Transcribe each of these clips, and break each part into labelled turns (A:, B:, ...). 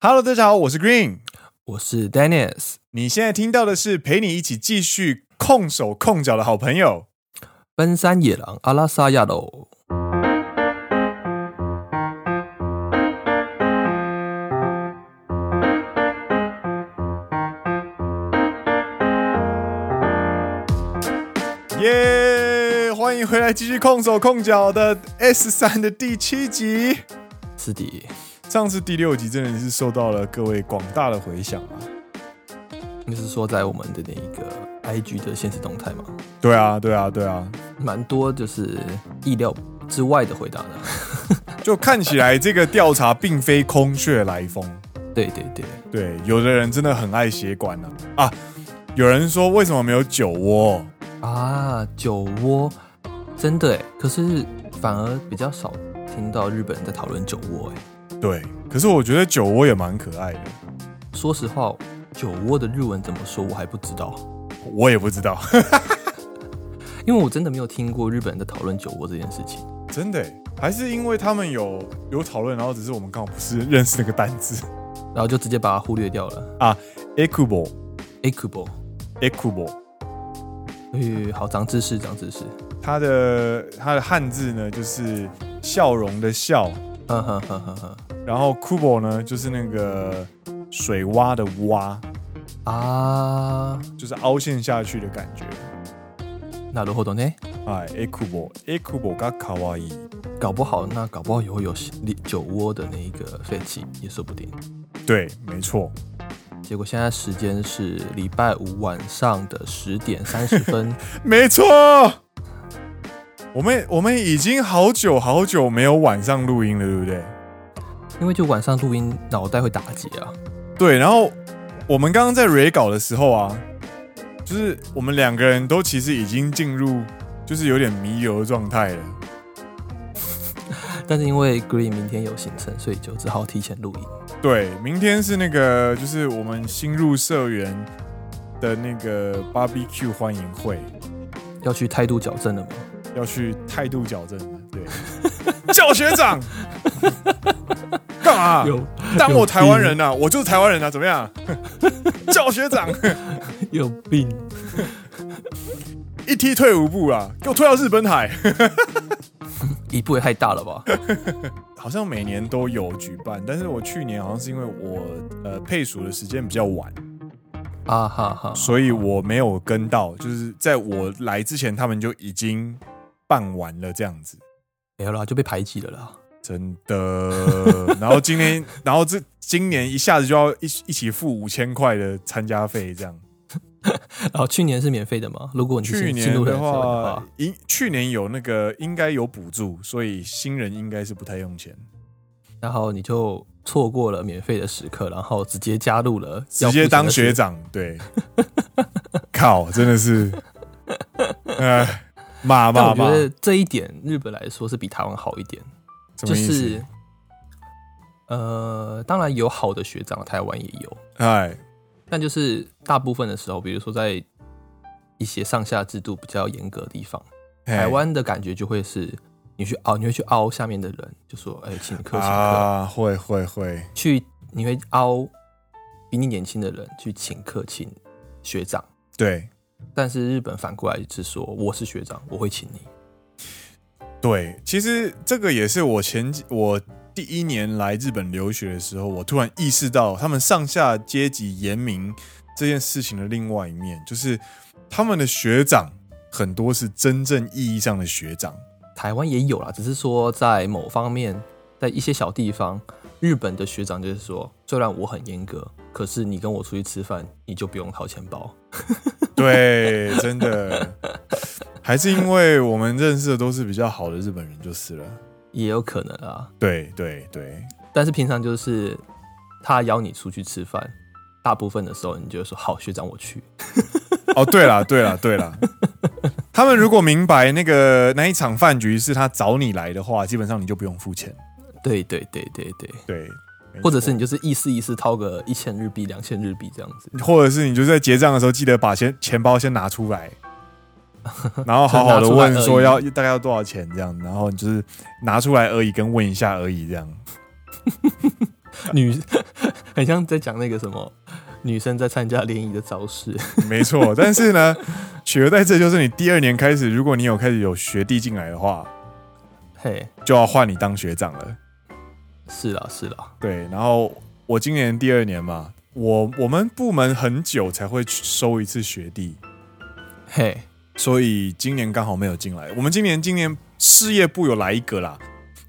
A: Hello，大家好，我是 Green。
B: 我是 Dennis。
A: 你现在听到的是陪你一起继续控手控脚的好朋友。
B: 奔山野狼阿拉萨亚喽，
A: 耶、欢迎回来继续控手控脚的 S 三的第七集。
B: 是的，
A: 上次第六集真的是受到了各位广大的回响啊！
B: 你是说在我们的那一个 IG 的现实动态吗？
A: 对啊，对啊，对啊，
B: 蛮多就是意料之外的回答的。
A: 就看起来这个调查并非空穴来风。
B: 对对对，
A: 对，有的人真的很爱血管呢啊有人说为什么没有酒窝？
B: 啊，酒窝，真的哎，可是反而比较少听到日本人在讨论酒窝哎。
A: 对，可是我觉得酒窝也蛮可爱的，
B: 说实话，酒窝的日文怎么说我还不知道，
A: 我也不知道，
B: 因为我真的没有听过日本人在讨论酒窝这件事情。
A: 真的耶还是因为他们有有讨论，然后只是我们刚好不是认识那个单字
B: 然后就直接把它忽略掉了。哎
A: ，equable
B: a k u b o
A: equable，
B: 哎，好，长知识，长知识。
A: 它的它的汉字呢就是笑容的笑，
B: 嗯哼哼哼哼。
A: 然后 kubo 呢就是那个水洼的洼，
B: 啊，
A: 就是凹陷下去的感觉。
B: なるほどね。
A: 哎，equable equable が可愛い。
B: 搞不好那搞不好以后有酒窝的那一个废弃也说不定。
A: 对，没错，
B: 结果现在时间是礼拜五晚上的十点三十分，
A: 没错。我们我们已经好久好久没有晚上录音了，对不对？
B: 因为就晚上录音脑袋会打结啊。
A: 对，然后我们刚刚在 re 稿的时候啊，就是我们两个人都其实已经进入就是有点迷游的状态了。
B: 但是因为 Green 明天有行程，所以就只好提前录音。
A: 对，明天是那个就是我们新入社员的那个 barbecue 欢迎会，
B: 要去态度矫正了吗？
A: 要去态度矫正。对，叫学长，干嘛？
B: 有
A: 当我台湾人呐、啊我就是台湾人呐、怎么样？ 叫学长，
B: 有病！
A: 一踢退五步啦，给我退到日本海。
B: 一步也太大了吧？
A: 好像每年都有举办，但是我去年好像是因为我呃配属的时间比较晚，
B: 啊哈哈！
A: 所以我没有跟到，就是在我来之前他们就已经办完了这样子，
B: 没有啦，就被排挤了啦。
A: 真的。 然后今天，然后这今年一下子就要一一起付五千块的参加费，这样。
B: 然后去年是免费的嘛？如果你是
A: 去
B: 新新
A: 年
B: 入人
A: 的
B: 的话
A: 话，，应去年有那个应该有补助，所以新人应该是不太用钱，
B: 然后你就错过了免费的时刻，然后直接加入了，
A: 直接当学
B: 长。
A: 长。对， 靠，真的是， 呃，骂
B: 但
A: 骂
B: 我觉
A: 骂，
B: 得这一点日本来说是比台湾好一点，
A: 什
B: 就
A: 么意思？
B: 是呃，当然有好的学长，台湾也有，
A: 哎，
B: 但就是大部分的时候，比如说在一些上下制度比较严格的地方，
A: 嘿
B: 台湾的感觉就会是你去凹，你会去凹下面的人，就说哎，请客请客，
A: 啊，会会会，
B: 去你会凹比你年轻的人去请客请学长。
A: 对
B: 但是日本反过来是说我是学长，我会请你。
A: 对，其实这个也是我前几我第一年来日本留学的时候，我突然意识到他们上下阶级严明这件事情的另外一面，就是他们的学长很多是真正意义上的学长。
B: 台湾也有啦，只是说在某方面，在一些小地方，日本的学长就是说，虽然我很严格，可是你跟我出去吃饭，你就不用掏钱包。
A: 对，真的，还是因为我们认识的都是比较好的日本人就是了。
B: 也有可能啊，
A: 对对对，
B: 但是平常就是他邀你出去吃饭，大部分的时候你就会说好，学长我去。
A: 哦，对啦 对啦对啦，他们如果明白那个那一场饭局是他找你来的话，基本上你就不用付钱。
B: 对对对对对，
A: 对，没
B: 或者是
A: 错
B: 你就是意思意思掏个一千日币、两千日币这样子，
A: 或者是你就在结账的时候记得把先钱包先拿出 来，然后好好的
B: 拿出来而
A: 问
B: 已
A: 说要大概要多少钱这样，然后你就是拿出来而已，跟问一下而已这样。
B: 女 很像在讲那个什么女生在参加联谊的招式。
A: 没错。但是呢，取而代之的就是你第二年开始，如果你有开始有学弟进来的话，
B: 嘿，
A: 就要换你当学长了。
B: 是啦是啦，
A: 对，然后我今年第二年嘛，我我们部门很久才会收一次学弟，
B: 嘿，
A: 所以今年刚好没有进来。我们今年今年事业部有来一个啦，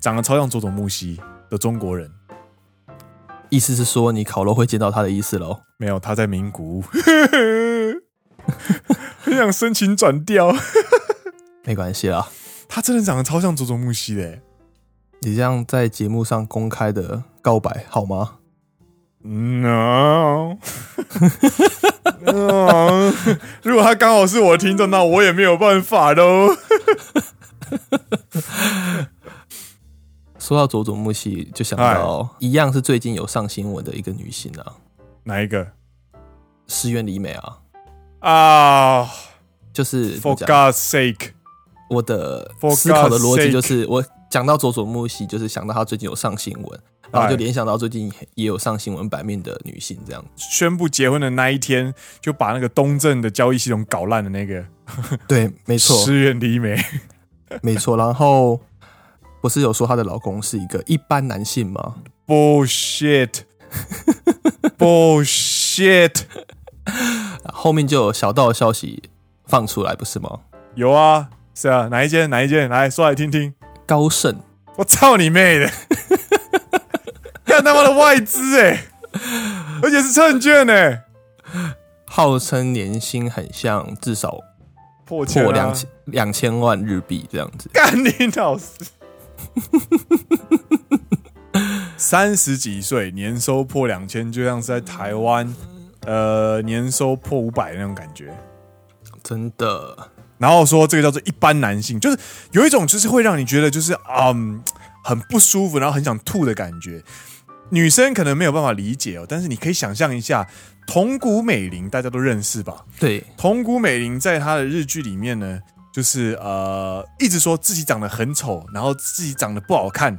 A: 长得超像佐佐木希的中国人，
B: 意思是说你烤肉会见到他的意思喽？
A: 没有他在名古屋， 很想深情转调。
B: 没关系啦，
A: 他真的长得超像佐佐木希的欸、
B: 你这样在节目上公开的告白好吗？
A: No，No 如果他刚好是我的听众，那我也没有办法喽。
B: 说到佐佐木希，就想到一样是最近有上新闻的一个女星啊，
A: 哪一个
B: 石原里美啊，
A: 啊
B: 就是
A: ？For
B: 怎么讲
A: God's sake！
B: 我的
A: For
B: 思考的
A: God's
B: 逻辑就是，我讲到佐佐木希，就是想到她最近有上新闻，然后就
A: 哎
B: 联想到最近也有上新闻版面的女性这样。
A: 宣布结婚的那一天，就把那个东正的交易系统搞烂的那个
B: 对，没错，
A: 石原里美，
B: 没错。然后不是有说她的老公是一个一般男性吗？
A: bullshit，bullshit，
B: 后面就有小道消息放出来，不是吗？
A: 有啊，是啊，哪一间哪一间来说来听听。
B: 高盛
A: 我操你妹的！看他妈的外资哎、而且是证券哎、
B: 号称年薪很像至少
A: 破千、啊、
B: 破两千两千万日币这样子，
A: 干你老师！三十几岁，年收破两千，就像是在台湾，呃，年收破五百那种感觉。
B: 真的
A: 然后说这个叫做一般男性，就是有一种就是会让你觉得就是嗯很不舒服，然后很想吐的感觉。女生可能没有办法理解哦，但是你可以想象一下，桐谷美玲大家都认识吧？
B: 对，
A: 桐谷美玲在她的日剧里面呢，就是呃一直说自己长得很丑，然后自己长得不好看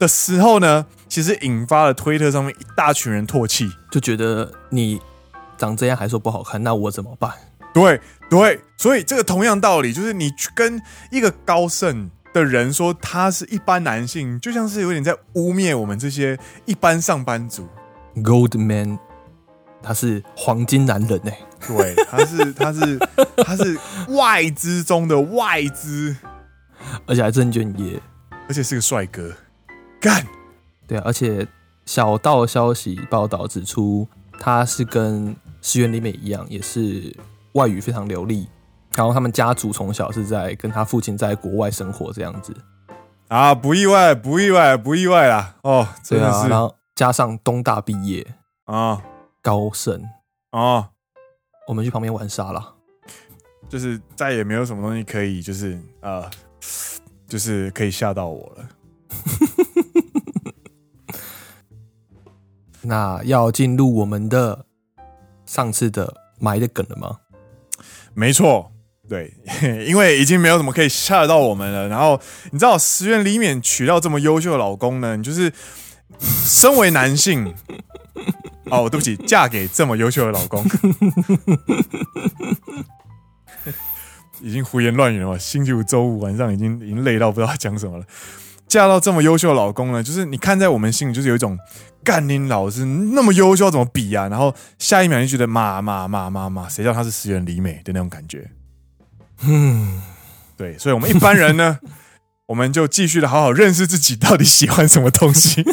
A: 的时候呢，其实引发了推特上面一大群人唾弃。
B: 就觉得你长这样还说不好看，那我怎么办？
A: 对对，所以这个同样道理，就是你去跟一个高盛的人说他是一般男性，就像是有点在污蔑我们这些一般上班族。
B: Gold Man，他是黄金男人欸呢、
A: 对，他是他是他是外资中的外资，
B: 而且还证券业。
A: 而且是个帅哥。干，
B: 对啊，而且小道消息报道指出，他是跟石原里美一样，也是外语非常流利。然后他们家族从小是在跟他父亲在国外生活这样子，
A: 啊，不意外，不意外，不意外啦！哦，真
B: 对
A: 的
B: 啊，
A: 是
B: 然
A: 啊
B: 后加上东大毕业，
A: 啊、
B: 高盛，我们去旁边玩沙啦。
A: 就是再也没有什么东西可以，就是呃，就是可以吓到我了。
B: 那要进入我们的上次的埋的梗了吗？
A: 没错，对， 因为已经没有什么可以吓得到我们了。然后你知道，石原里面娶到这么优秀的老公呢，你就是身为男性，哦，对不起，嫁给这么优秀的老公，已经胡言乱语了嘛。星期五、周五晚上已经已经累到不知道讲什么了。嫁到这么优秀的老公呢，就是你看在我们心里，就是有一种干你老师那么优秀，怎么比啊？然后下一秒就觉得骂骂骂骂骂，谁叫她是石原里美的那种感觉。
B: 嗯，
A: 对，所以我们一般人 呢，我们就继续的好好认识自己到底喜欢什么东西。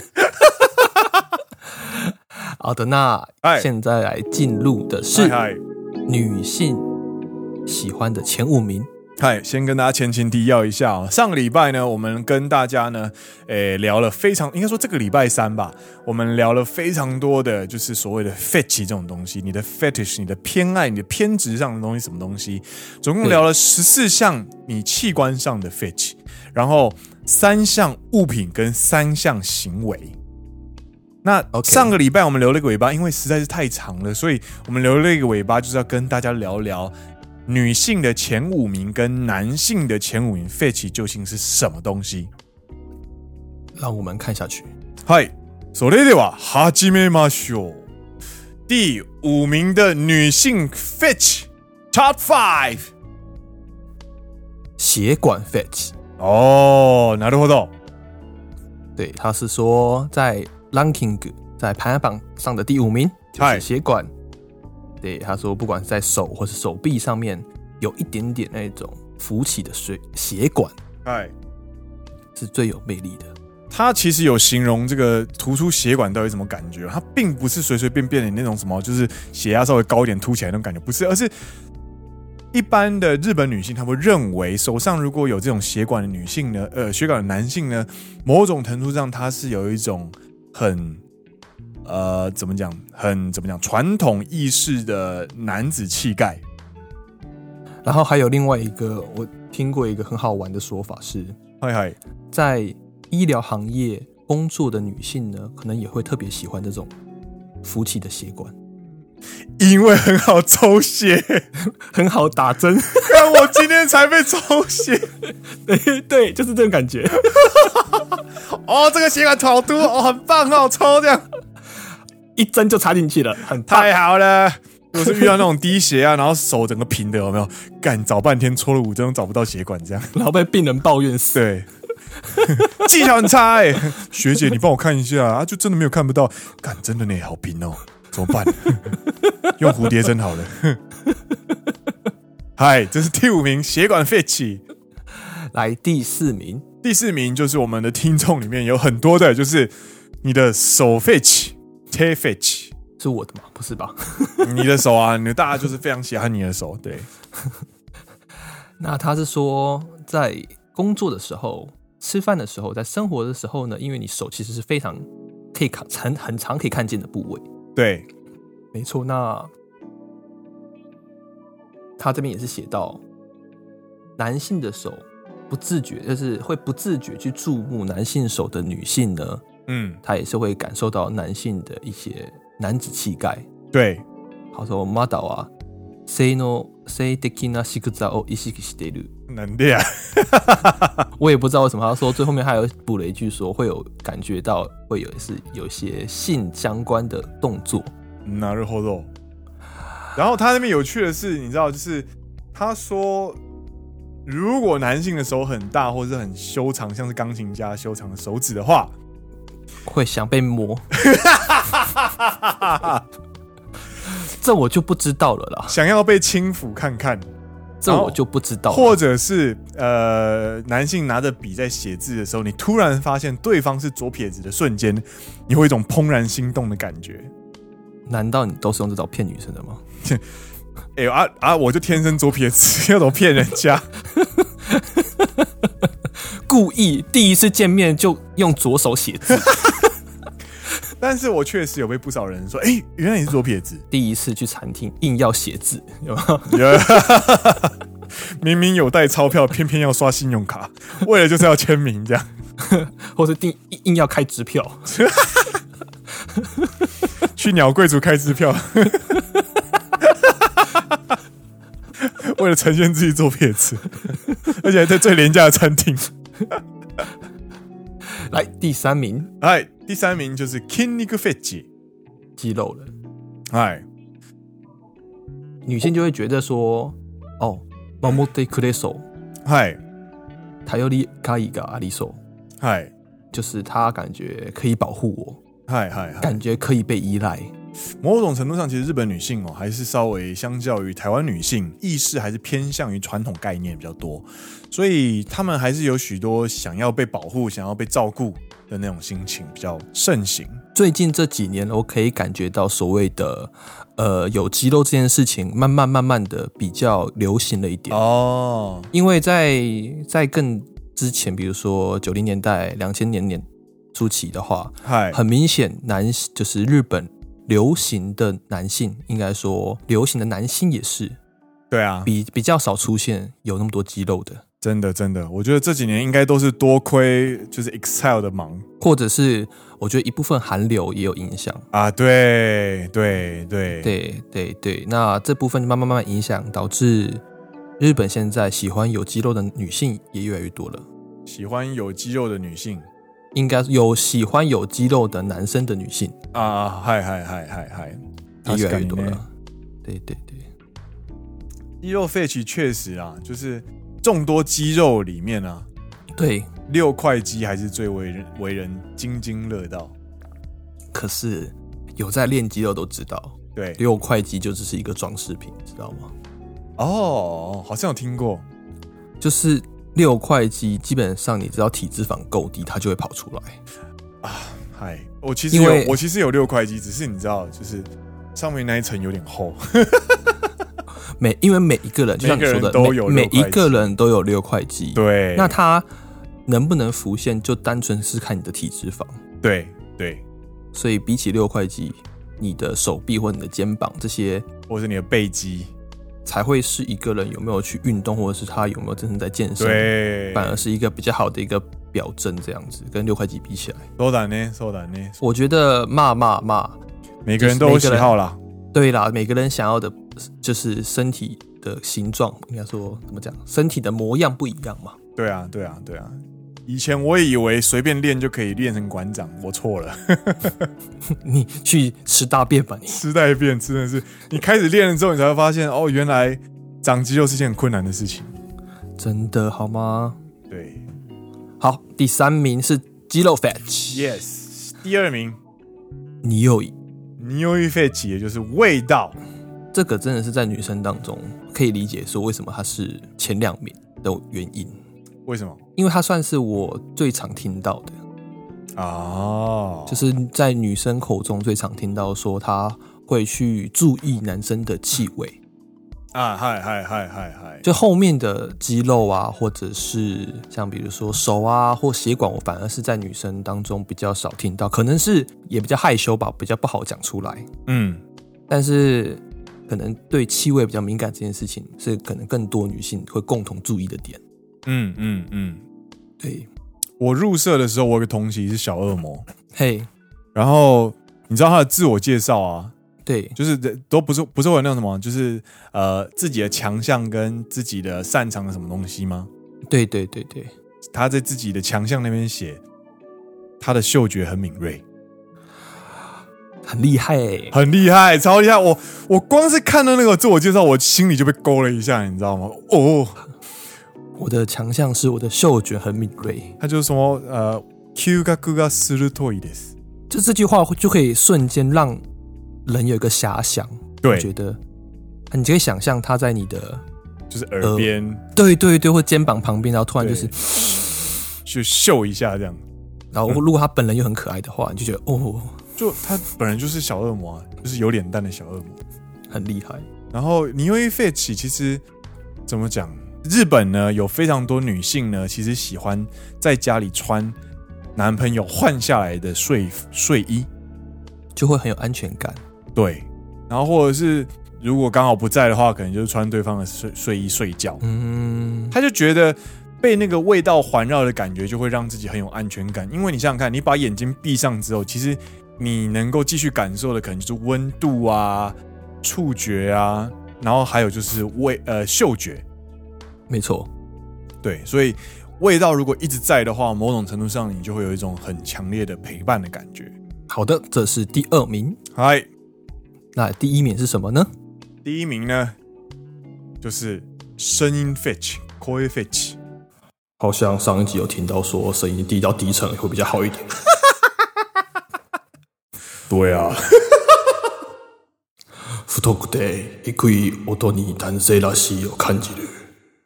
B: 好的，那
A: 哎
B: 现在来进入的是
A: 嗨
B: 女性喜欢的前五名。
A: 嗨，先跟大家前情提要一下哦。上个礼拜呢，我们跟大家呢，诶聊了非常，应该说这个礼拜三吧，我们聊了非常多的，就是所谓的 fetch 这种东西，你的 fetish、你的偏爱、你的偏执上的东西，什么东西，总共聊了十四项你器官上的 fetch，然后三项物品跟三项行为。那
B: OK
A: 上个礼拜我们留了一个尾巴，因为实在是太长了，所以我们留了一个尾巴，就是要跟大家聊聊女性的前五名跟男性的前五名 fetch 究竟是什么东西。
B: 让我们看下去。
A: 嗨，それでは始めましょう。第五名的女性 Fetch Top Five。
B: 血管 fetch。
A: 哦，なるほど。
B: 对，他是说在 ranking 在排行榜上的第五名就
A: 嗨
B: 是血管。对，他说不管是在手或是手臂上面有一点点那种浮起的水血管
A: 哎，
B: 是最有魅力的。
A: 他其实有形容这个突出血管到底什么感觉，它并不是随随便便的那种什么，就是血压稍微高一点凸起来那种感觉，不是，而是一般的日本女性，她会认为手上如果有这种血管的女性呢，呃，血管的男性呢，某种程度上他是有一种很。呃，怎么讲？很怎么讲？传统意识的男子气概，
B: 然后还有另外一个，我听过一个很好玩的说法是，
A: 嗨嗨，
B: 在医疗行业工作的女性呢，可能也会特别喜欢这种浮起的血管，
A: 因为很好抽血，
B: 很好打针。
A: 看我今天才被抽血，
B: 对对，就是这种感觉。
A: 哦，这个血管好多哦，很棒哦，抽这样
B: 一针就插进去了，很棒。
A: 太好了。如果是遇到那种低血压，然后手整个平的，有没有？干找半天戳了五针找不到血管，这样
B: 然后被病人抱怨死。
A: 对。 技巧很差哎、学姐，你帮我看一下啊，就真的没有看不到，干真的呢，好平哦，怎么办？用蝴蝶针好了。 嗨，这是第五名血管废弃。
B: 来第四名，
A: 第四名就是我们的听众里面有很多的，就是你的手 fetch、tay fetch，
B: 是我的吗？不是吧？
A: 你的手啊，你的大家就是非常喜欢你的手，对，
B: 那他是说，在工作的时候、吃饭的时候、在生活的时候呢，因为你手其实是非常可以看很很长可以看见的部位。
A: 对，
B: 没错，那他这边也是写到，男性的手不自觉，就是会不自觉去注目男性手的女性呢，
A: 嗯，
B: 她也是会感受到男性的一些男子气概。
A: 对，
B: 他说まだは性啊の性的な仕草を意識している。
A: 能力啊，
B: 我也不知道为什么，他说最后面还有补了一句说会有感觉到会有是有一些性相关的动作。
A: なるほど。然后他那边有趣的是，你知道，就是他说，如果男性的手很大或是很修长，像是钢琴家修长的手指的话，
B: 会想被摸，这我就不知道了啦，
A: 想要被轻抚看看，
B: 这我就不知道了。
A: 或者是呃，男性拿着笔在写字的时候，你突然发现对方是左撇子的瞬间，你会有一种怦然心动的感觉。
B: 难道你都是用这招骗女生的吗？
A: 哎、呦啊啊！我就天生左撇子， 要怎么骗人家？
B: 故意第一次见面就用左手写字，
A: 但是我确实有被不少人说，哎、原来你是左撇子，
B: 第一次去餐厅硬要写字，有没有
A: 明明有带钞票，偏偏要刷信用卡，为了就是要签名这样。
B: 或是定硬要开支票，
A: 去鸟贵族开支票， 为了呈现自己左撇子，而且还在最廉价的餐厅。
B: 来第三名
A: 哎，第三名就是 Kinnik Fetch。
B: 肌肉人。
A: 哎，
B: 女性就会觉得说，哦，守ってくれそう，
A: 嗨
B: 他より可愛がありそう，
A: 嗨
B: 就是她感觉可以保护我，
A: 嗨嗨嗨！
B: 感觉可以被依赖。
A: 某种程度上，其实日本女性哦，还是稍微相较于台湾女性，意识还是偏向于传统概念比较多，所以她们还是有许多想要被保护、想要被照顾的那种心情比较盛行。
B: 最近这几年，我可以感觉到所谓的呃有肌肉这件事情，慢慢慢慢的比较流行了一点。
A: 哦，
B: 因为在在更之前，比如说九零年代、两千年年初期的话，
A: 嗨，
B: 很明显男就是日本流行的男性，应该说流行的男性也是
A: 对啊，
B: 比比较少出现有那么多肌肉的，
A: 真的真的，我觉得这几年应该都是多亏就是 Excel 的忙
B: 或者是我觉得一部分韩流也有影响。
A: 啊，对对对，
B: 对对对，那这部分慢慢慢慢影响，导致日本现在喜欢有肌肉的女性也越来越多了。
A: 喜欢有肌肉的女性，
B: 应该有喜欢有肌肉的男生的女性
A: あーはいはいはいはいはい
B: 也越
A: 確
B: 来
A: か
B: 越
A: に
B: 多
A: ね
B: 了。对对对，
A: 肌肉废弃确实啊，就是众多肌肉里面啊，
B: 对，
A: 六块肌还是最为人为人津津乐道。
B: 可是有在练肌肉都知道，
A: 对，
B: 六块肌就只是一个装饰品，知道吗？
A: 哦，好像有听过。
B: 就是六块肌，基本上你只要体脂肪够低，它就会跑出来。
A: 嗨，我其实
B: 因为
A: 有，我其实有六块肌，只是你知道，就是上面那一层有点厚。
B: 每因为每一个人，就像你说的，
A: 每个人都有
B: 每
A: 六块肌
B: 每一个人都有六块肌。，
A: 对，
B: 那它能不能浮现，就单纯是看你的体脂肪。
A: 对对，
B: 所以比起六块肌，你的手臂或你的肩膀这些，
A: 或是你的背肌，
B: 才会是一个人有没有去运动，或者是他有没有真正在健身，
A: 对，
B: 反而是一个比较好的一个表征。这样子跟六块肌比起来，
A: 手胆呢，手胆呢，
B: 我觉得骂骂骂，
A: 每个人都有喜好啦。
B: 对啦，每个人想要的就是身体的形状，应该说怎么讲，身体的模样不一样嘛。
A: 对啊，对啊，对啊。以前我以为随便练就可以练成馆长，我错了。
B: 你去吃大便吧你。
A: 吃带变真的是，你开始练了之后，你才会发现哦，原来长肌肉是件很困难的事情。
B: 真的好吗？
A: 对
B: 好，第三名是肌肉 fetch，
A: ，yes，第二名，
B: 你又一
A: 你用一废起，也就是味道。
B: 这个真的是在女生当中可以理解说为什么它是前两名的原因，
A: 为什么？
B: 因为它算是我最常听到的，
A: 哦，
B: 就是在女生口中最常听到说她会去注意男生的气味，
A: 啊，嗨嗨嗨嗨嗨，
B: 就后面的肌肉啊，或者是像比如说手啊或血管，我反而是在女生当中比较少听到，可能是也比较害羞吧，比较不好讲出来。
A: 嗯，
B: 但是可能对气味比较敏感这件事情，是可能更多女性会共同注意的点。
A: 嗯嗯嗯，
B: 对，
A: 我入社的时候，我有个同期是小恶魔，
B: 嘿、
A: 然后你知道他的自我介绍啊，
B: 对，
A: 就是都不是不是会有那种什么，就是呃自己的强项跟自己的擅长的什么东西吗？
B: 对对对对，
A: 他在自己的强项那边写，他的嗅觉很敏锐，
B: 很厉害、欸。
A: 很厉害，超厉害。我我光是看到那个自我介绍，我心里就被勾了一下，你知道吗？哦，
B: 我的强项是我的嗅觉很敏锐，
A: 他就说呃，Q がくがするといいです。
B: 就这句话就可以瞬间让人有一个遐想，
A: 对，
B: 觉得啊你就可以想象他在你的
A: 就是耳边
B: 对对对或肩膀旁边，然后突呃然就是，
A: 去嗅一下，这样。
B: 然后如果他本人又很可爱的话，你就觉得哦，
A: 就他本人就是小恶魔、啊，就是有脸蛋的小恶魔。
B: 很厉害。
A: 然后尼优伊费奇其实怎么讲？日本呢有非常多女性呢，其实喜欢在家里穿男朋友换下来的睡睡衣，
B: 就会很有安全感，
A: 对。然后或者是如果刚好不在的话，可能就是穿对方的睡睡衣睡觉。
B: 嗯，
A: 他就觉得被那个味道环绕的感觉，就会让自己很有安全感。因为你想想看，你把眼睛闭上之后，其实你能够继续感受的，可能就是温度啊、触觉啊，然后还有就是味呃嗅觉。
B: 没错，
A: 对，所以味道如果一直在的话，某种程度上你就会有一种很强烈的陪伴的感觉。
B: 好的，这是第二名。
A: 嗨，
B: 那第一名是什么呢？
A: 第一名呢就是声音 fetch。c o i fetch，
B: 好像上一集有听到说声音低到低沉会比较好一点。
A: 对啊，
B: 太くて低い音に男性らしいを感じる。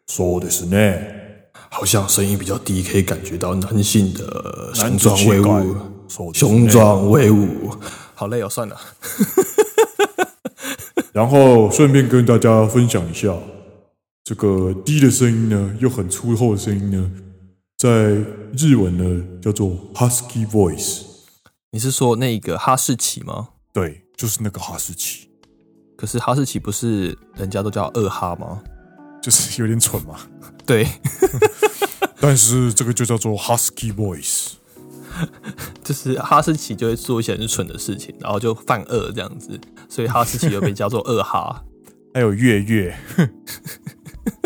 A: そうですね。
B: 好像声音比较低，可以感觉到男性的雄
A: 男子
B: 壮
A: 气
B: 威
A: 概
B: 武
A: そう，ですね
B: 雄壮威武。好累哦，算了。
A: 然后顺便跟大家分享一下，这个低的声音呢，又很粗厚的声音呢，在日文呢叫做 husky voice，
B: 你是说那个哈士奇吗？
A: 对，就是那个哈士奇，
B: 可是哈士奇不是人家都叫二哈吗？
A: 就是有点蠢嘛。
B: 对，
A: 但是这个就叫做 husky voice，
B: 就是哈士奇就会做一些很蠢的事情，然后就犯恶这样子，所以哈士奇又被叫做二哈。
A: 还有月月，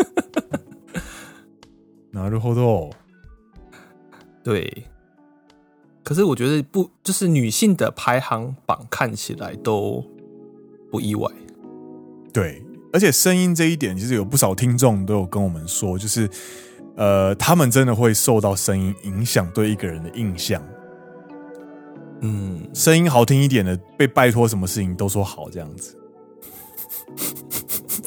A: なるほど。
B: 对，可是我觉得不，就是女性的排行榜看起来都不意外。
A: 对，而且声音这一点，其实有不少听众都有跟我们说，就是呃，他们真的会受到声音影响对一个人的印象。
B: 嗯，
A: 声音好听一点的，被拜托什么事情都说好这样子。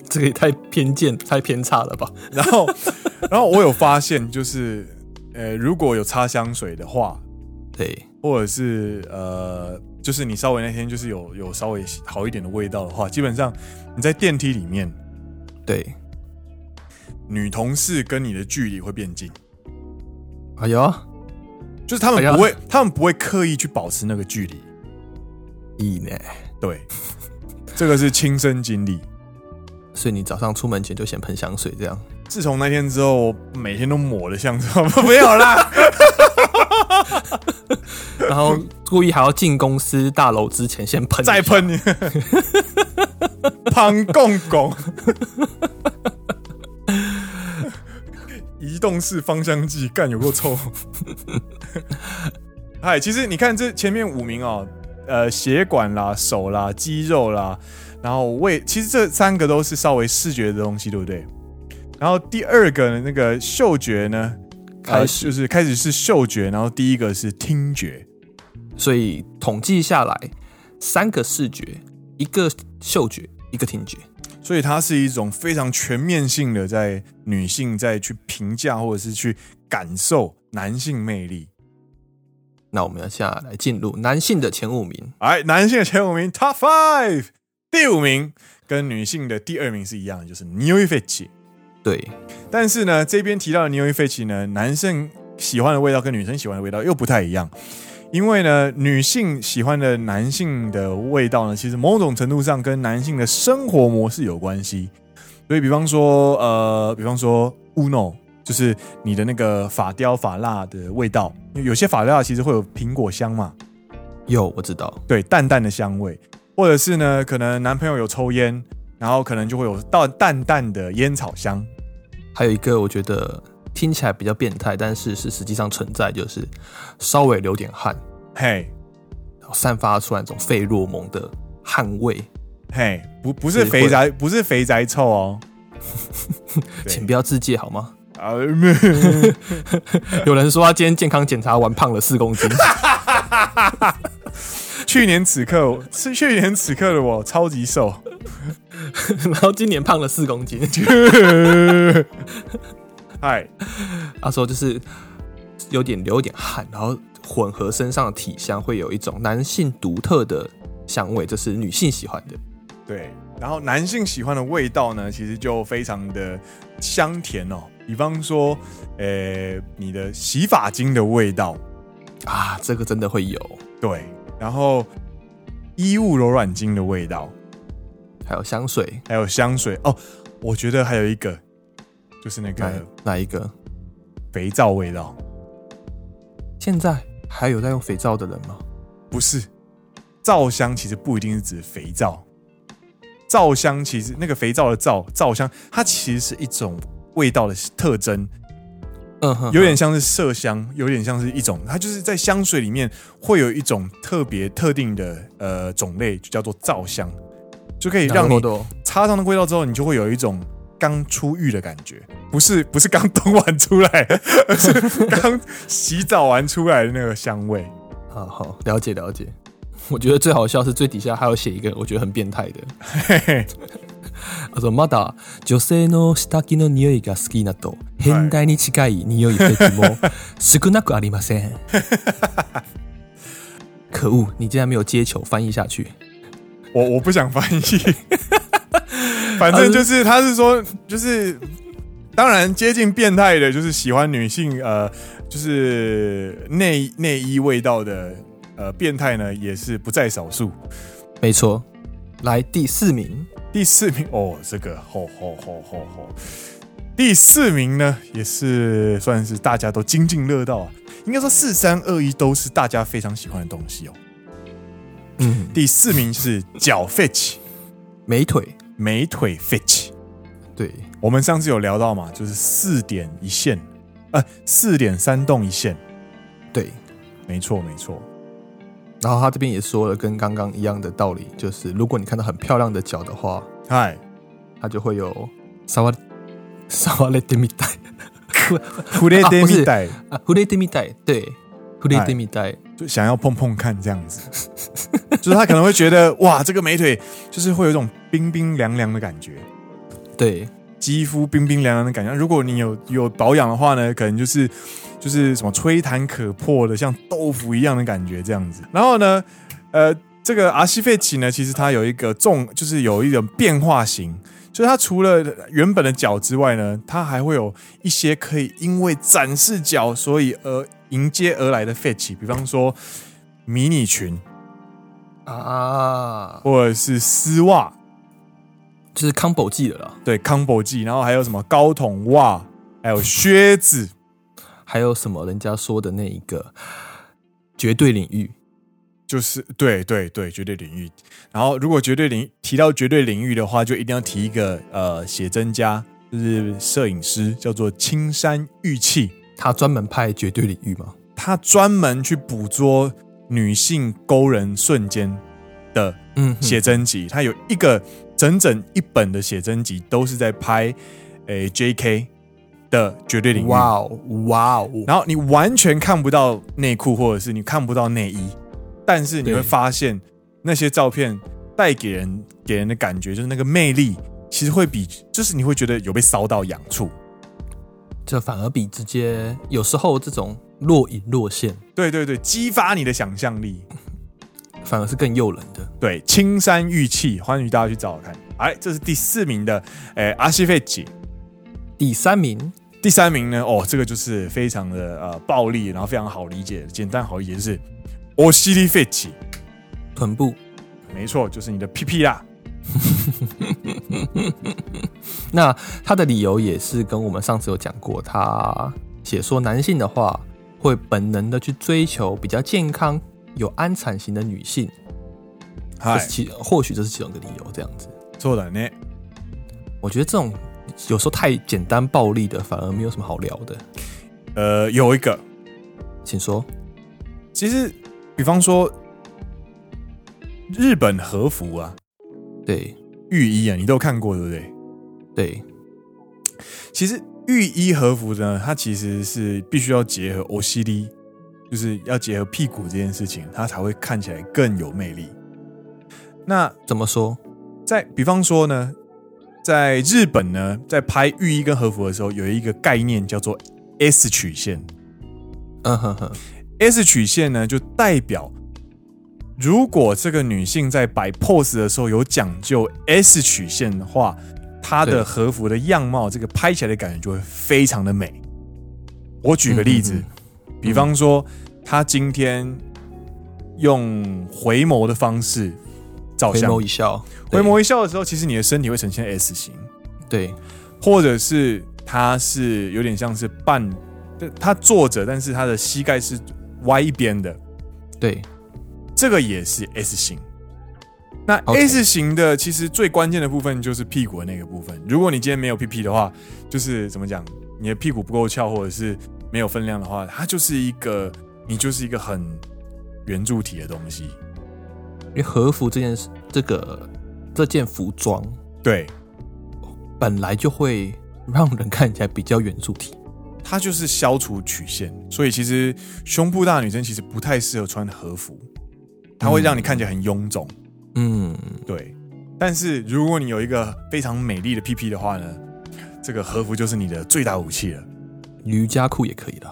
B: 这个也太偏见、太偏差了吧？
A: 然后， 然后我有发现，就是呃，如果有擦香水的话，
B: 对，
A: 或者是呃，就是你稍微那天就是有有稍微好一点的味道的话，基本上你在电梯里面，
B: 对，
A: 女同事跟你的距离会变近，
B: 哎呦，
A: 就是他们
B: 哎呀
A: 不会，他们不会刻意去保持那个距离。
B: 意呢？
A: 对，这个是亲身经历。
B: 所以你早上出门前就先喷香水，这样
A: 自从那天之后，我每天都抹的像什么 没有啦。
B: 然后故意还要进公司大楼之前先喷，
A: 再，喷你， 胖公公，移动式芳香剂，干有够臭。 嗨，其实你看这前面五名哦，呃，血管啦、手啦、肌肉啦，然后胃，其实这三个都是稍微视觉的东西，对不对？然后第二个呢，那个嗅觉呢，呃
B: 开始
A: 就是开始是嗅觉，然后第一个是听觉，
B: 所以统计下来，三个视觉，一个嗅觉，一个听觉。
A: 所以它是一种非常全面性的，在女性在去评价或者是去感受男性魅力。
B: 那我们要下来进入男性的前五名，
A: 哎，男性的前五名 Top Five，第五名跟女性的第二名是一样的，就是 New f i t c
B: 对，
A: 但是呢，这边提到的 New f i t c 呢，男生喜欢的味道跟女生喜欢的味道又不太一样。因为呢，女性喜欢的男性的味道呢，其实某种程度上跟男性的生活模式有关系。所以，比方说，呃，比方说 Uno，就是你的那个发雕发蜡的味道，有些发蜡其实会有苹果香嘛，
B: 有我知道，
A: 对，淡淡的香味，或者是呢，可能男朋友有抽烟，然后可能就会有到淡淡的烟草香。
B: 还有一个我觉得听起来比较变态，但是是实际上存在，就是稍微流点汗，
A: 嘿，
B: 然后散发出来那种费洛蒙的汗味，
A: 嘿，不不是
B: 是会
A: 肥宅，不是肥宅臭 哦。对
B: 请不要自戒好吗？
A: 啊，
B: 有人说他今天健康检查完胖了四公斤，
A: 去年此刻我是去年此刻的我超级瘦，
B: 然后今年胖了四 公斤。
A: 嗨，
B: 他说就是有点流一点汗，然后混合身上的体香，会有一种男性独特的香味，这是女性喜欢的。
A: 对，然后男性喜欢的味道呢，其实就非常的香甜哦。比方说，呃，你的洗发精的味道，
B: 啊，这个真的会有，
A: 对，然后衣物柔软精的味道，
B: 还有香水，
A: 还有香水哦。我觉得还有一个就是那
B: 哪
A: 个
B: 哪一个？
A: 肥皂味道，
B: 现在还有在用肥皂的人吗？
A: 不是皂香，其实不一定是指肥皂。皂香其实那个肥皂的皂皂香，它其实是一种味道的特征，
B: 嗯哼，
A: 有点像是麝香，有点像是一种，它就是在香水里面会有一种特别特定的呃种类，就叫做皂香，就可以让你
B: 的
A: 插上那个味道之后，你就会有一种刚出浴的感觉，不是不是刚蹲完出来，而是刚洗澡完出来的那个香味。
B: 啊，好了解了解。 我觉得最好笑是最底下还有写一个我觉得很 变态的，
A: 嘿嘿
B: 他说まだ女性の下着の匂いが好きなど変態に近い匂い的も 少なくありません。可恶，你竟然没有接球翻译下去。
A: 我我不想翻译， 反正就是他是说，就是当然接近变态的，就是喜欢女性呃，就是内内衣味道的呃变态呢，也是不在少数。
B: 没错，来第四名，
A: 第四名哦，这个吼吼吼吼吼，第四名呢也是算是大家都津津乐道啊，应该说四三二一都是大家非常喜欢的东西哦。
B: 嗯，
A: 第四名是 脚 fetch
B: 美腿，
A: 美腿 fetch，
B: 对，
A: 我们上次有聊到嘛，就是四点一线，呃，四点三动一线，
B: 对，
A: 没错，没错。
B: 然后他这边也说了跟刚刚一样的道理，就是如果你看到很漂亮的脚的话，
A: 嗨，
B: 它就会 有萨瓦萨瓦雷蒂米带
A: 普列德米代
B: 啊，胡雷蒂米带，对，胡雷蒂米带，
A: 就想要碰碰看这样子， 就是他可能会觉得哇，这个美腿就是会有一种冰冰凉凉的感觉，哎
B: 对，
A: 肌肤冰冰凉凉的感觉。如果你有有保养的话呢，可能就是就是什么吹弹可破的，像豆腐一样的感觉这样子。然后呢，呃，这个阿西费奇呢，其实它有一个重，就是有一种变化型。就是它除了原本的脚之外呢，它还会有一些可以因为展示脚，所以而迎接而来的 fetch，比方说迷你裙
B: 啊，
A: 或者是丝袜，
B: 就是 combo 技了啦。
A: 对 combo 技，然后还有什么高筒袜，还有靴子，
B: 还有什么人家说的那一个绝对领域，
A: 就是对对对，绝对领域。然后如果绝对领提到绝对领域的话，就一定要提一个呃写真家，就是摄影师，叫做青山玉气，
B: 他专门拍绝对领域吗？
A: 他专门去捕捉女性勾人瞬间的
B: 嗯哼，
A: 写真集，他有一个整整一本的写真集都是在拍诶、J.K. 的绝对领域。
B: 哇哦哇哦，
A: 然后你完全看不到内裤，或者是你看不到内衣，但是你会
B: 对
A: 发现那些照片带给人给人的感觉就是那个魅力，其实会比就是你会觉得有被骚到痒处。
B: 这反而比直接有时候这种若隐若现，
A: 对对对，激发你的想象力。
B: 反而是更诱人的。
A: 对，青山玉气，欢迎大家去找找看。哎，这是第四名的，诶、阿西费吉。
B: 第三名，
A: 第三名呢，哦，这个就是非常的呃暴力，然后非常好理解，简单好理解就是我西利费吉，
B: 臀部。
A: 没错，就是你的屁屁啦。
B: 那他的理由也是跟我们上次有讲过，他写说男性的话会本能的去追求比较健康、有安产型的女性，这
A: 嗨
B: 是，其或许这是其中一个理由。这样子，
A: そうだね。
B: 我觉得这种有时候太简单暴力的，反而没有什么好聊的。
A: 呃，有一个，
B: 请说，
A: 其实比方说日本和服啊、
B: 对
A: 浴衣啊，你都看过对不对？
B: 对，
A: 其实浴衣和服呢，它其实是必须要结合 OCD，就是要结合屁股这件事情，它才会看起来更有魅力。那
B: 怎么说？
A: 在比方说呢，在日本呢，在拍浴衣跟和服的时候，有一个概念叫做 S 曲线。
B: 嗯哼哼，
A: S 曲线呢，就代表如果这个女性在摆 pose 的时候有讲究 S 曲线的话，她
B: 对
A: 的和服的样貌，这个拍起来的感觉就会非常的美。我举个例子，
B: 嗯
A: 比方说，她今天用回眸的方式照
B: 回
A: 相，
B: 眸一笑，
A: 回眸一笑的时候，其实你的身体会呈现 S 型。
B: 对，对
A: 或者是他是有点像是半，就他坐着，但是他的膝盖是歪一边的，
B: 对，
A: 这个也是 S 型。那
B: OK
A: S 型的其实最关键的部分就是屁股的那个部分。如果你今天没有屁屁的话，就是怎么讲，你的屁股不够翘，或者是没有分量的话，它就是一个你就是一个很圆柱体的东西。
B: 因为和服这件事，这个这件服装
A: 对，
B: 本来就会让人看起来比较圆柱体。
A: 它就是消除曲线，所以其实胸部大的女生其实不太适合穿和服，它会让你看起来很臃肿。
B: 嗯，
A: 对，但是如果你有一个非常美丽的屁屁的话呢，这个和服就是你的最大武器了。
B: 瑜伽裤也可以啦。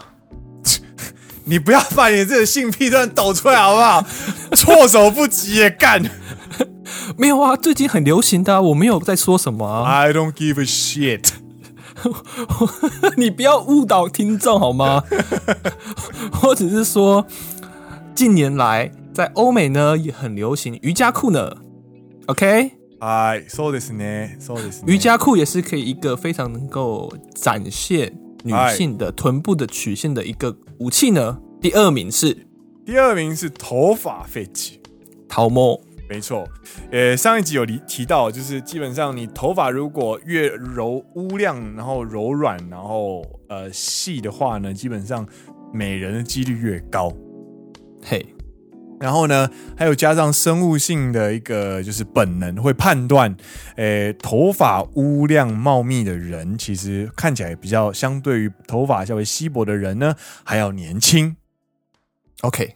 A: 你不要把你这个性屁段抖出来好不 好？措手不及也干
B: 没有啊，最近很流行的啊、我没有在说什么啊，
A: ！I don't give a shit。
B: 你不要误导听众好 吗？我只是说，近年来在欧美呢也很流行瑜伽裤呢。OK，
A: 哎，そうですね，そうですね。
B: 瑜伽裤也是可以一个非常能够展现女性的臀部的曲线的一个武器呢。第二名是
A: 第二名是头发废弃。
B: 桃猫，
A: 没错，呃，上一集有提提到，就是基本上你头发如果越柔乌亮，然后柔软，然后呃细的话呢，基本上美人的几率越高。
B: 嘿，
A: 然后呢，还有加上生物性的一个就是本能会判断，诶，头发乌亮茂密的人，其实看起来比较相对于头发较为稀薄的人呢，还要年轻。
B: ，OK，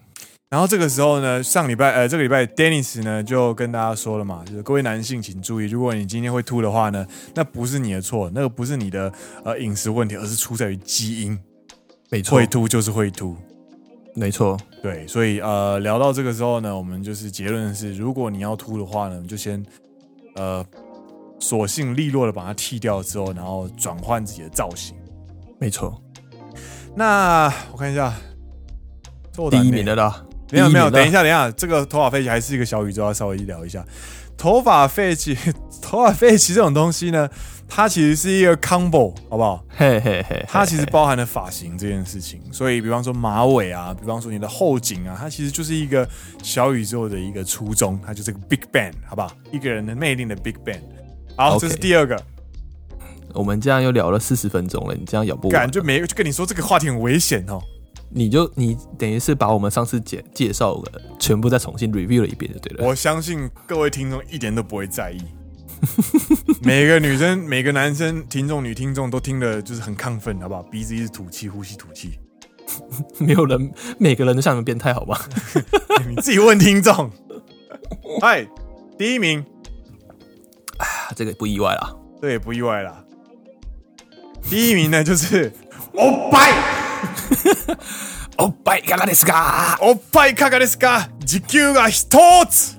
A: 然后这个时候呢，上礼拜呃，这个礼拜 Dennis 呢就跟大家说了嘛，就是各位男性请注意，如果你今天会秃的话呢，那不是你的错，那个不是你的呃饮食问题，而是出在于基因，
B: 没错
A: 会，秃就是会秃。
B: 没错，
A: 对，所以呃，聊到这个时候呢，我们就是结论是，如果你要秃的话呢，你就先呃，索性利落的把它剃掉之后，然后转换自己的造型。
B: 没错，
A: 那我看一下，凑
B: 第
A: 胆
B: 一
A: 呢
B: 名的啦，
A: 没有没有，
B: 第一名了
A: 等一下等一下，这个头发废弃还是一个小宇宙，要稍微聊一下。头发废弃， 头发废弃这种东西呢，它其实是一个 combo，好不好？
B: 嘿嘿嘿，
A: 它其实
B: 嘿
A: 包含了发型这件事情，所以比方说马尾啊，比方说你的后颈啊，它其实就是一个小宇宙的一个初衷，它就是个 Big Bang，好不好？一个人的魅力的 Big Bang。好
B: OK
A: 这是第二个，
B: 我们这样又聊了四十分钟了，你这样咬不完
A: 感，就没就跟你说这个话题很危险哦。
B: 你就你等于是把我们上次介介绍的全部再重新 review 了一遍就对了。
A: 我相信各位听众一点都不会在意， 每个女生、每个男生、听众、女听众都听得就是很亢奋，好不好？鼻子一直吐气，呼吸吐气，
B: 没有人，每个人都像你们变态，好 吧？
A: 你自己问听众。嗨，第一名，
B: 啊这个不意外啦。
A: 这也不意外啦。第一名呢，就是欧拜
B: おっぱいいかがですか？
A: 欧拜卡卡ですか？時給が一つ。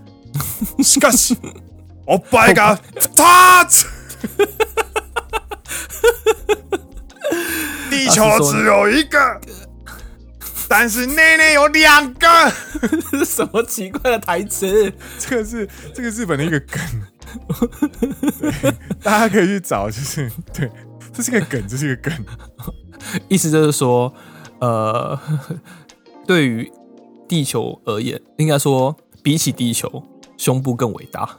A: しかし、おっぱいが二つ。地球只有一个，但是内内有两个。
B: 这是 什么奇怪的台词？
A: 这个是这个日本的一个梗， 对，大家可以去找，就是对，这是个梗，这是个梗。
B: 意思就是说，呃， 对于地球而言，应该说比起地球，胸部更伟大。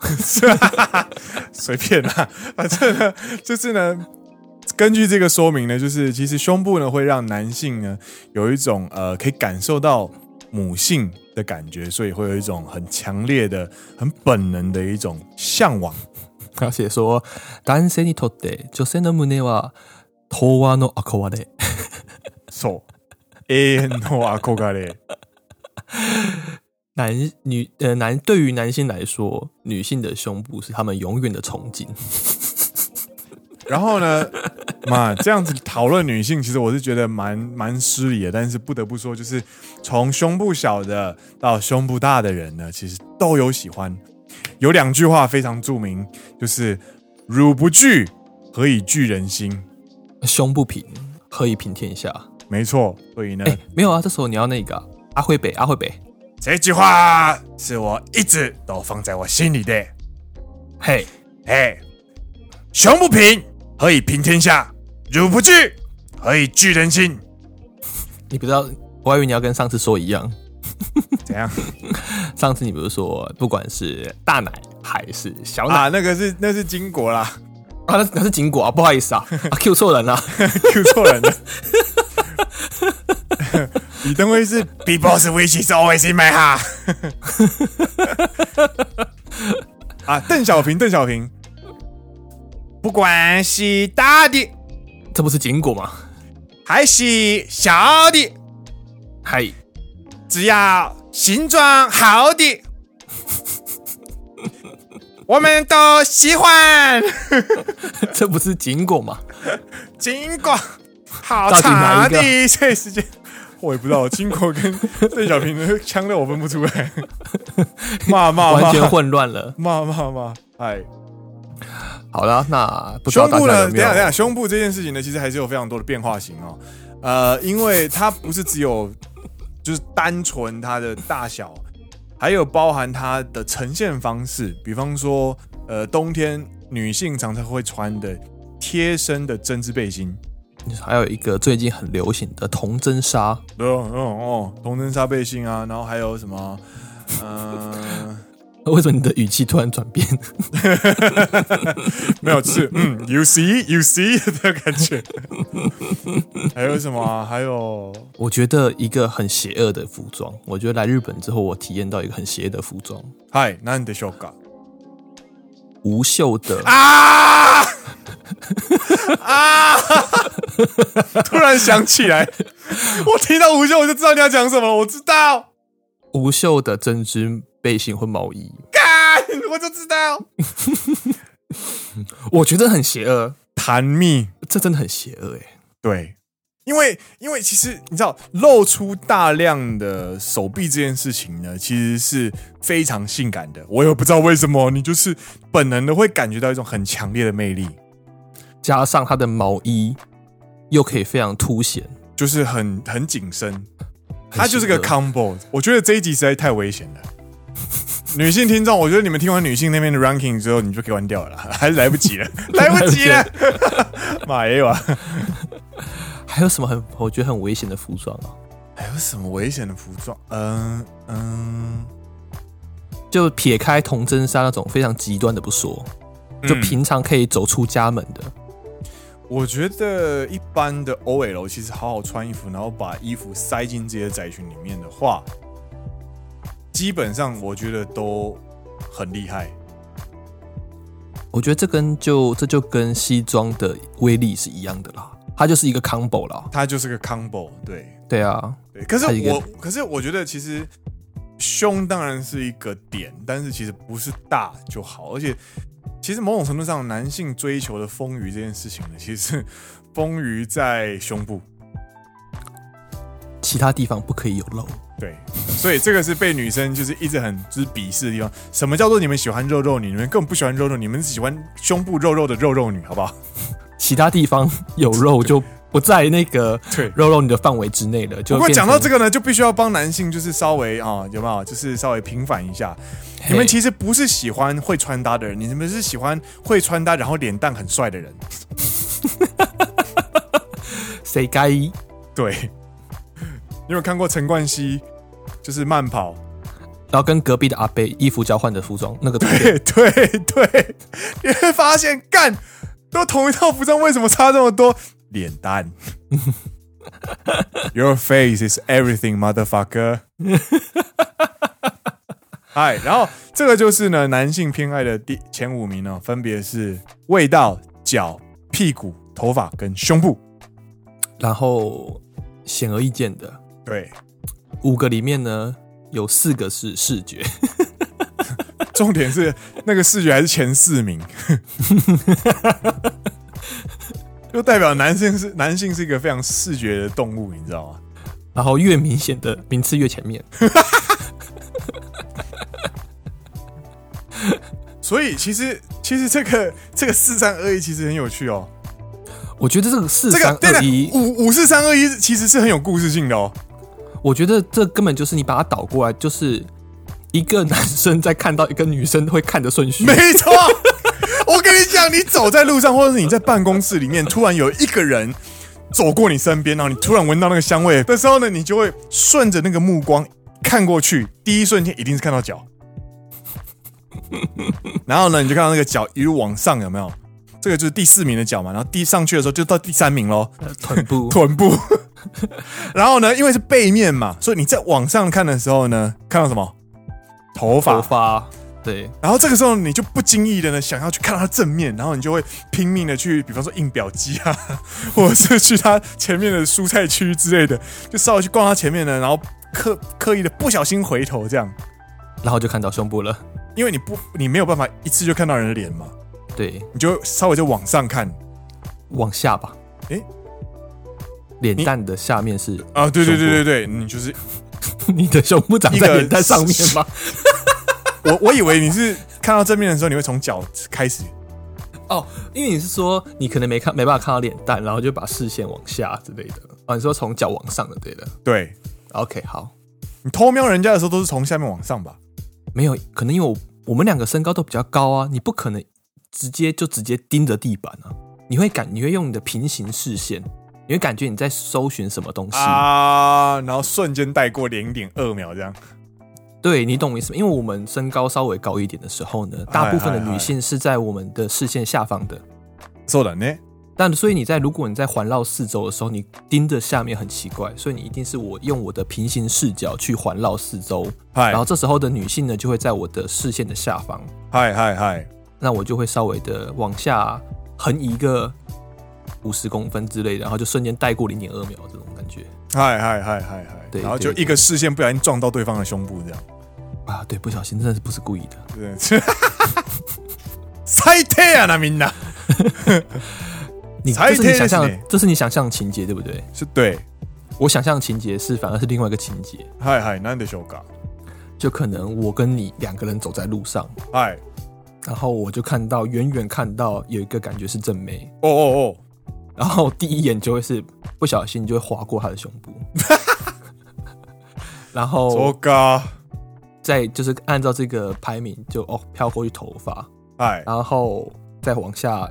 A: 随便啦， 反正呢，就是呢，根据这个说明呢，就是其实胸部呢会让男性呢有一种呃可以感受到母性的感觉，所以会有一种很强烈的、很本能的一种向往。
B: 而且说，男性にとって女性の胸は童話の憧れ。
A: So，永遠の憧れ。
B: 男女呃男对于男性来说，女性的胸部是他们永远的憧憬。
A: 然后呢， 嘛，这样子讨论女性，其实我是觉得蛮蛮失礼的。但是不得不说，就是从胸部小的到胸部大的人呢，其实都有喜欢。有两句话非常著名，就是“乳不惧，何以惧人心
B: 胸不平，何以平天下？”。
A: 没错，所以呢，
B: 哎、没有啊，这时候你要那个啊阿惠北，阿惠北，
A: 这句话是我一直都放在我心里的。
B: 嘿，
A: 嘿，胸不平，何以平天下？乳不惧，何以惧人心？
B: 你不知道，我还以为你要跟上次说一样。
A: 怎样？
B: 上次你不是说，不管是大奶还是小奶，
A: 啊，那个是那是巾帼啦。
B: 啊，那那是禁果啊，不好意思啊，啊 Q 错人了、
A: Q 错人 了。李登辉是 People's wish is always in my heart 啊，邓小平，邓小平，不管是大的
B: 这不是禁果吗？
A: 还是小的，
B: 嗨，
A: 只要形状好的，我们都喜欢。
B: 这不是禁果吗？
A: 经 过好
B: 到底
A: 长
B: 哪一个
A: 的一些时间，我也不知道金国跟邓小平的腔调我分不出 来，骂骂
B: 完全
A: 骂
B: 混乱了。
A: 骂骂骂，哎，
B: 好了，那不知道
A: 胸
B: 大
A: 部
B: 家有
A: 呢？等一
B: 没
A: 下等一
B: 有？
A: 下，胸部这件事情呢，其实还是有非常多的变化型哦，呃，因为它不是只有就是单纯它的大小，还有包含它的呈现方式，比方说，呃，冬天女性常常会穿的贴身的针织背心。
B: 还有一个最近很流行的童真纱，
A: 啊对哦，哦哦，童真纱背心啊，然后还有什么，嗯、
B: 为什么你的语气突然转变？
A: 没有是嗯，you see you see 的感觉。还有什么啊、还有
B: 我觉得一个很邪恶的服装，我觉得来日本之后，我体验到一个很邪恶的服装，
A: 嗨，那你的修改
B: 无袖的。
A: 啊啊！突然想起来，我听到无袖我就知道你要讲什么了，我知道。
B: 无袖的针织背心或毛衣，
A: 干，我就知道。
B: 我觉得很邪恶，
A: 弹蜜，
B: 这真的很邪恶哎、
A: 对，因为因为其实你知道，露出大量的手臂这件事情呢，其实是非常性感的。我也不知道为什么，你就是本能的会感觉到一种很强烈的魅力，
B: 加上它的毛衣又可以非常凸显，
A: 就是很很紧身。它就是个
B: 邪恶
A: combo。我觉得这一集实在太危险了。女性听众，我觉得你们听完女性那边的 ranking 之后，你就可以关掉了，还是来不 及了，来不及了， 妈耶哇！
B: 还有什么很我觉得很危险的服装啊？
A: 还有什么危险的服装？嗯嗯，
B: 就撇开童真纱那种非常极端的不说，就
A: 嗯
B: 平常可以走出家门的，
A: 我觉得一般的 OL 其实好好穿衣服，然后把衣服塞进自己的窄裙里面的话，基本上我觉得都很厉害。
B: 我觉得这跟就这就跟西装的威力是一样的啦，它就是一个 combo 啦。
A: 它就是个 combo，对
B: 对啊，
A: 对。可是
B: 它一个
A: 我，可是我觉得其实胸当然是一个点，但是其实不是大就好，而且其实某种程度上，男性追求的丰腴这件事情呢，其实是丰腴在胸部。
B: 其他地方不可以有肉。
A: 对，所以这个是被女生就是一直很就是鄙视的地方。什么叫做你们喜欢肉肉女？你们根本不喜欢肉肉，你们只喜欢胸部肉肉的肉肉女，好不好？
B: 其他地方有肉就不在那个
A: 对
B: 肉肉你的范围之内了。就
A: 不过讲到这
B: 个，
A: 个呢，就必须要帮男性就是稍微啊、有没有？就是稍微平反一下。
B: 嘿
A: 你们其实不是喜欢会穿搭的人，你们是喜欢会穿搭然后脸蛋很帅的人。
B: 谁该
A: 对， 你有看过陈冠希就是慢跑？
B: 然后跟隔壁的阿贝衣服交换的服装那个图片，
A: 对对对，你会发现干都同一套服装，为什么差这么多？脸蛋。Your face is everything, motherfucker 。嗨，然后这个就是呢，男性偏爱的第前五名呢、哦，分别是味道、脚、屁股、头发跟胸部。
B: 然后显而易见的
A: 对，
B: 五个里面呢，有四个是视觉，
A: 重点是那个视觉还是前四名， 就代表男性是男性是一个非常视觉的动物，你知道吗？
B: 然后越明显的名次越前面。
A: 所以其实其实这个这个四三二一其实很有趣哦。
B: 我觉得这个四
A: 这
B: 三
A: 个对
B: 二
A: 的
B: 一，
A: 五五四三二一其实是很有故事性的哦。
B: 我觉得这根本就是你把它倒过来，就是一个男生在看到一个女生会看的顺 序。
A: 没错，我跟你讲，你走在路上，或者是你在办公室里面，突然有一个人走过你身边，然后你突然闻到那个香味的时候呢，你就会顺着那个目光看过去，第一瞬间一定是看到脚，然后呢，你就看到那个脚一路往上，有没有？这个就是第四名的脚嘛，然后第上去的时候就到第三名喽。
B: 臀部
A: 臀部。 然后呢，因为是背面嘛，所以你在往上看的时候呢，看到什么？头发。
B: 头发，对，
A: 然后这个时候你就不经意的呢，想要去看到它正面，然后你就会拼命的去，比方说印表机啊， 或者是去它前面的蔬菜区之类的，就稍微去逛它前面呢，然后刻刻意的不小心回头这样，
B: 然后就看到胸部了。
A: 因为你不你没有办法一次就看到人的脸嘛，
B: 对，
A: 你就稍微就往上看
B: 往下吧。
A: 诶
B: 脸蛋的下面是
A: 啊，对对对对对，你就是
B: 你的胸部长
A: 一
B: 在
A: 个
B: 脸蛋上面吗？
A: 我 我以为你是看到正面的时候，你会从脚开始
B: 哦，因为你是说你可能没看没办法看到脸蛋，然后就把视线往下之类的。哦，你说从脚往上的，对的。
A: 对，
B: OK，好，
A: 你偷瞄人家的时候都是从下面往上吧？
B: 没有，可能因为我我们两个身高都比较高啊，你不可能直接就直接盯着地板啊，你会感你会用你的平行视线，你会感觉你在搜寻什么东西。
A: 啊，然后瞬间带过零点二秒这样。
B: 对你懂我意思吗？因为我们身高稍微高一点的时候呢，大部分
A: 嗨
B: 的
A: 嗨
B: 女性是在我们的视线下方的。
A: そうだね。
B: 但所以你在如果你在环绕四周的时候，你盯着下面很奇怪，所以你一定是我用我的平行视角去环绕四周，
A: 嗨
B: 然后这时候的女性呢就会在我的视线的下方，
A: 嗨嗨嗨，
B: 那我就会稍微的往下横移个五十公分之类的，然后就瞬间带过零点二秒这种感觉
A: 嗨嗨嗨嗨嗨，
B: 对
A: 然后就
B: 对
A: 一个视线不小心撞到对方的胸部，这 样。
B: 啊，对，不小心真的是不是故意的。
A: 对，最低啊，那みんな
B: 你
A: 才
B: 这是你想
A: 贴
B: 象
A: で
B: 的
A: すね，
B: 这是你想象的情节对不对？
A: 是对，
B: 我想象的情节是反而是另外一个情节，
A: 嗨嗨，なんでしょうか？
B: 就可能我跟你两个人走在路上，
A: 嗨，
B: 然后我就看到远远看到有一个感觉是正妹，
A: 哦哦哦，
B: 然后第一眼就会是不小心就会划过她的胸部， 然
A: そ
B: 后
A: うか。
B: 再就是按照这个排名就哦飘过去头发，
A: 嗨，
B: 然后再往下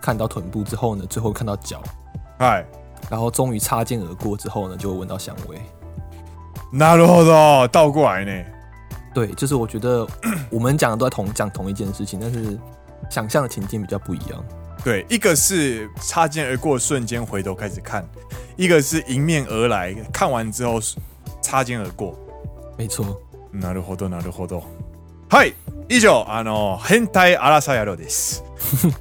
B: 看到臀部之后呢，最后看到脚，
A: 嗨，
B: 然后终于擦肩而过之后呢，就会闻到香味。
A: なるほど，倒过来呢。
B: 对，就是我觉得我们讲的都在同讲同一件事情，但是想象的情境比较不一样。
A: 对，一个是擦肩而过，瞬间回头开始看；一个是迎面而来，看完之后擦肩而过。
B: 没错，
A: なるほど、なるほど。はい、以上、あの変態アラサヤロです。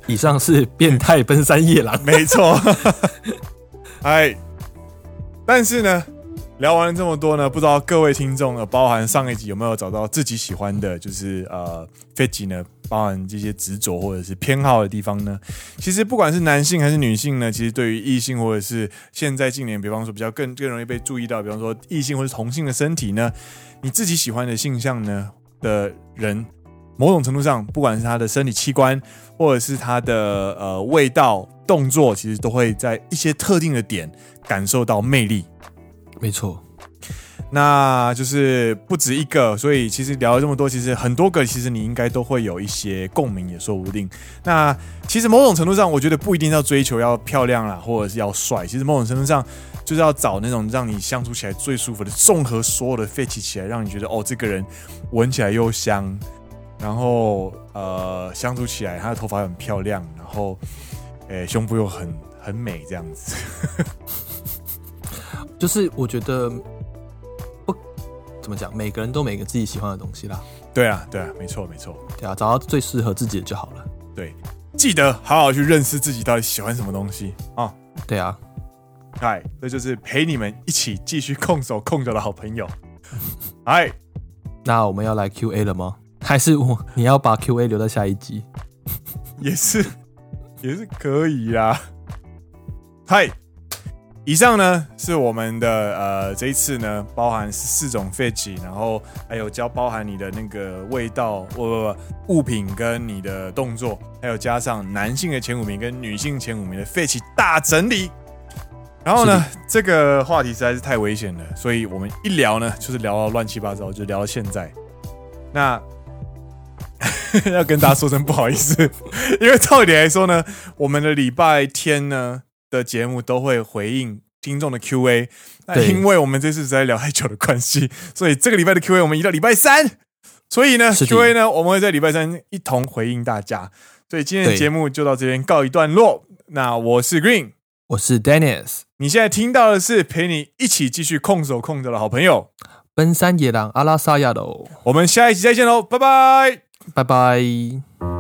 B: 以上是变态奔山夜郎。
A: 没错。 哎，但是呢，聊完了这么多呢，不知道各位听众呢，包含上一集有没有找到自己喜欢的，就是呃 f i t 呢，包含这些执着或者是偏好的地方呢？其实不管是男性还是女性呢，其实对于异性或者是现在近年，比方说比较更更容易被注意到，比方说异性或是同性的身体呢，你自己喜欢的性向呢的人。某种程度上，不管是他的身体器官，或者是它的呃味道、动作，其实都会在一些特定的点感受到魅力。
B: 没错，
A: 那就是不止一个，所以其实聊了这么多，其实很多个，其实你应该都会有一些共鸣，也说不定。那其实某种程度上，我觉得不一定要追求要漂亮啦，或者是要帅，其实某种程度上就是要找那种让你相处起来最舒服的，综合所有的 fit 起来，让你觉得哦，这个人闻起来又香，然后呃，相处起来他的头发很漂亮，然后诶、胸部又很很美，这样子。
B: 就是我觉得不怎么讲，每个人都每个自己喜欢的东西啦。
A: 对啊，对啊，没错，没错。
B: 对啊，找到最适合自己的就好了。
A: 对，记得好好去认识自己到底喜欢什么东西啊！
B: 对啊，
A: 嗨、这就是陪你们一起继续控手控脚的好朋友。嗨，
B: 那我们要来 Q A 了吗？还是我你要把 Q A 留在下一集？
A: 也是也是可以啦。嗨，以上呢是我们的呃这一次呢包含四种 fetch，然后还有教包含你的那个味道，不不不物品跟你的动作，还有加上男性的前五名跟女性前五名的 fetch 大整理。然后呢，这个话题实在是太危险了，所以我们一聊呢，就是聊到乱七八糟，就聊到现在。那 要跟大家说声不好意思， 因为照理来说呢，我们的礼拜天呢的节目都会回应听众的 Q&A。那
B: 对
A: 因为我们这次实在聊太久的关系，所以这个礼拜的 Q&A 我们移到礼拜三。所以呢
B: 是的
A: ，Q&A 呢，我们会在礼拜三一同回应大家。所以今天的
B: 对
A: 节目就到这边告一段落。那我是 Green，
B: 我是 Dennis，
A: 你现在听到的是陪你一起继续控手控脚的好朋友。
B: 奔山野狼阿拉萨亚喽，
A: 我们下一集再见喽，拜拜。
B: 拜拜。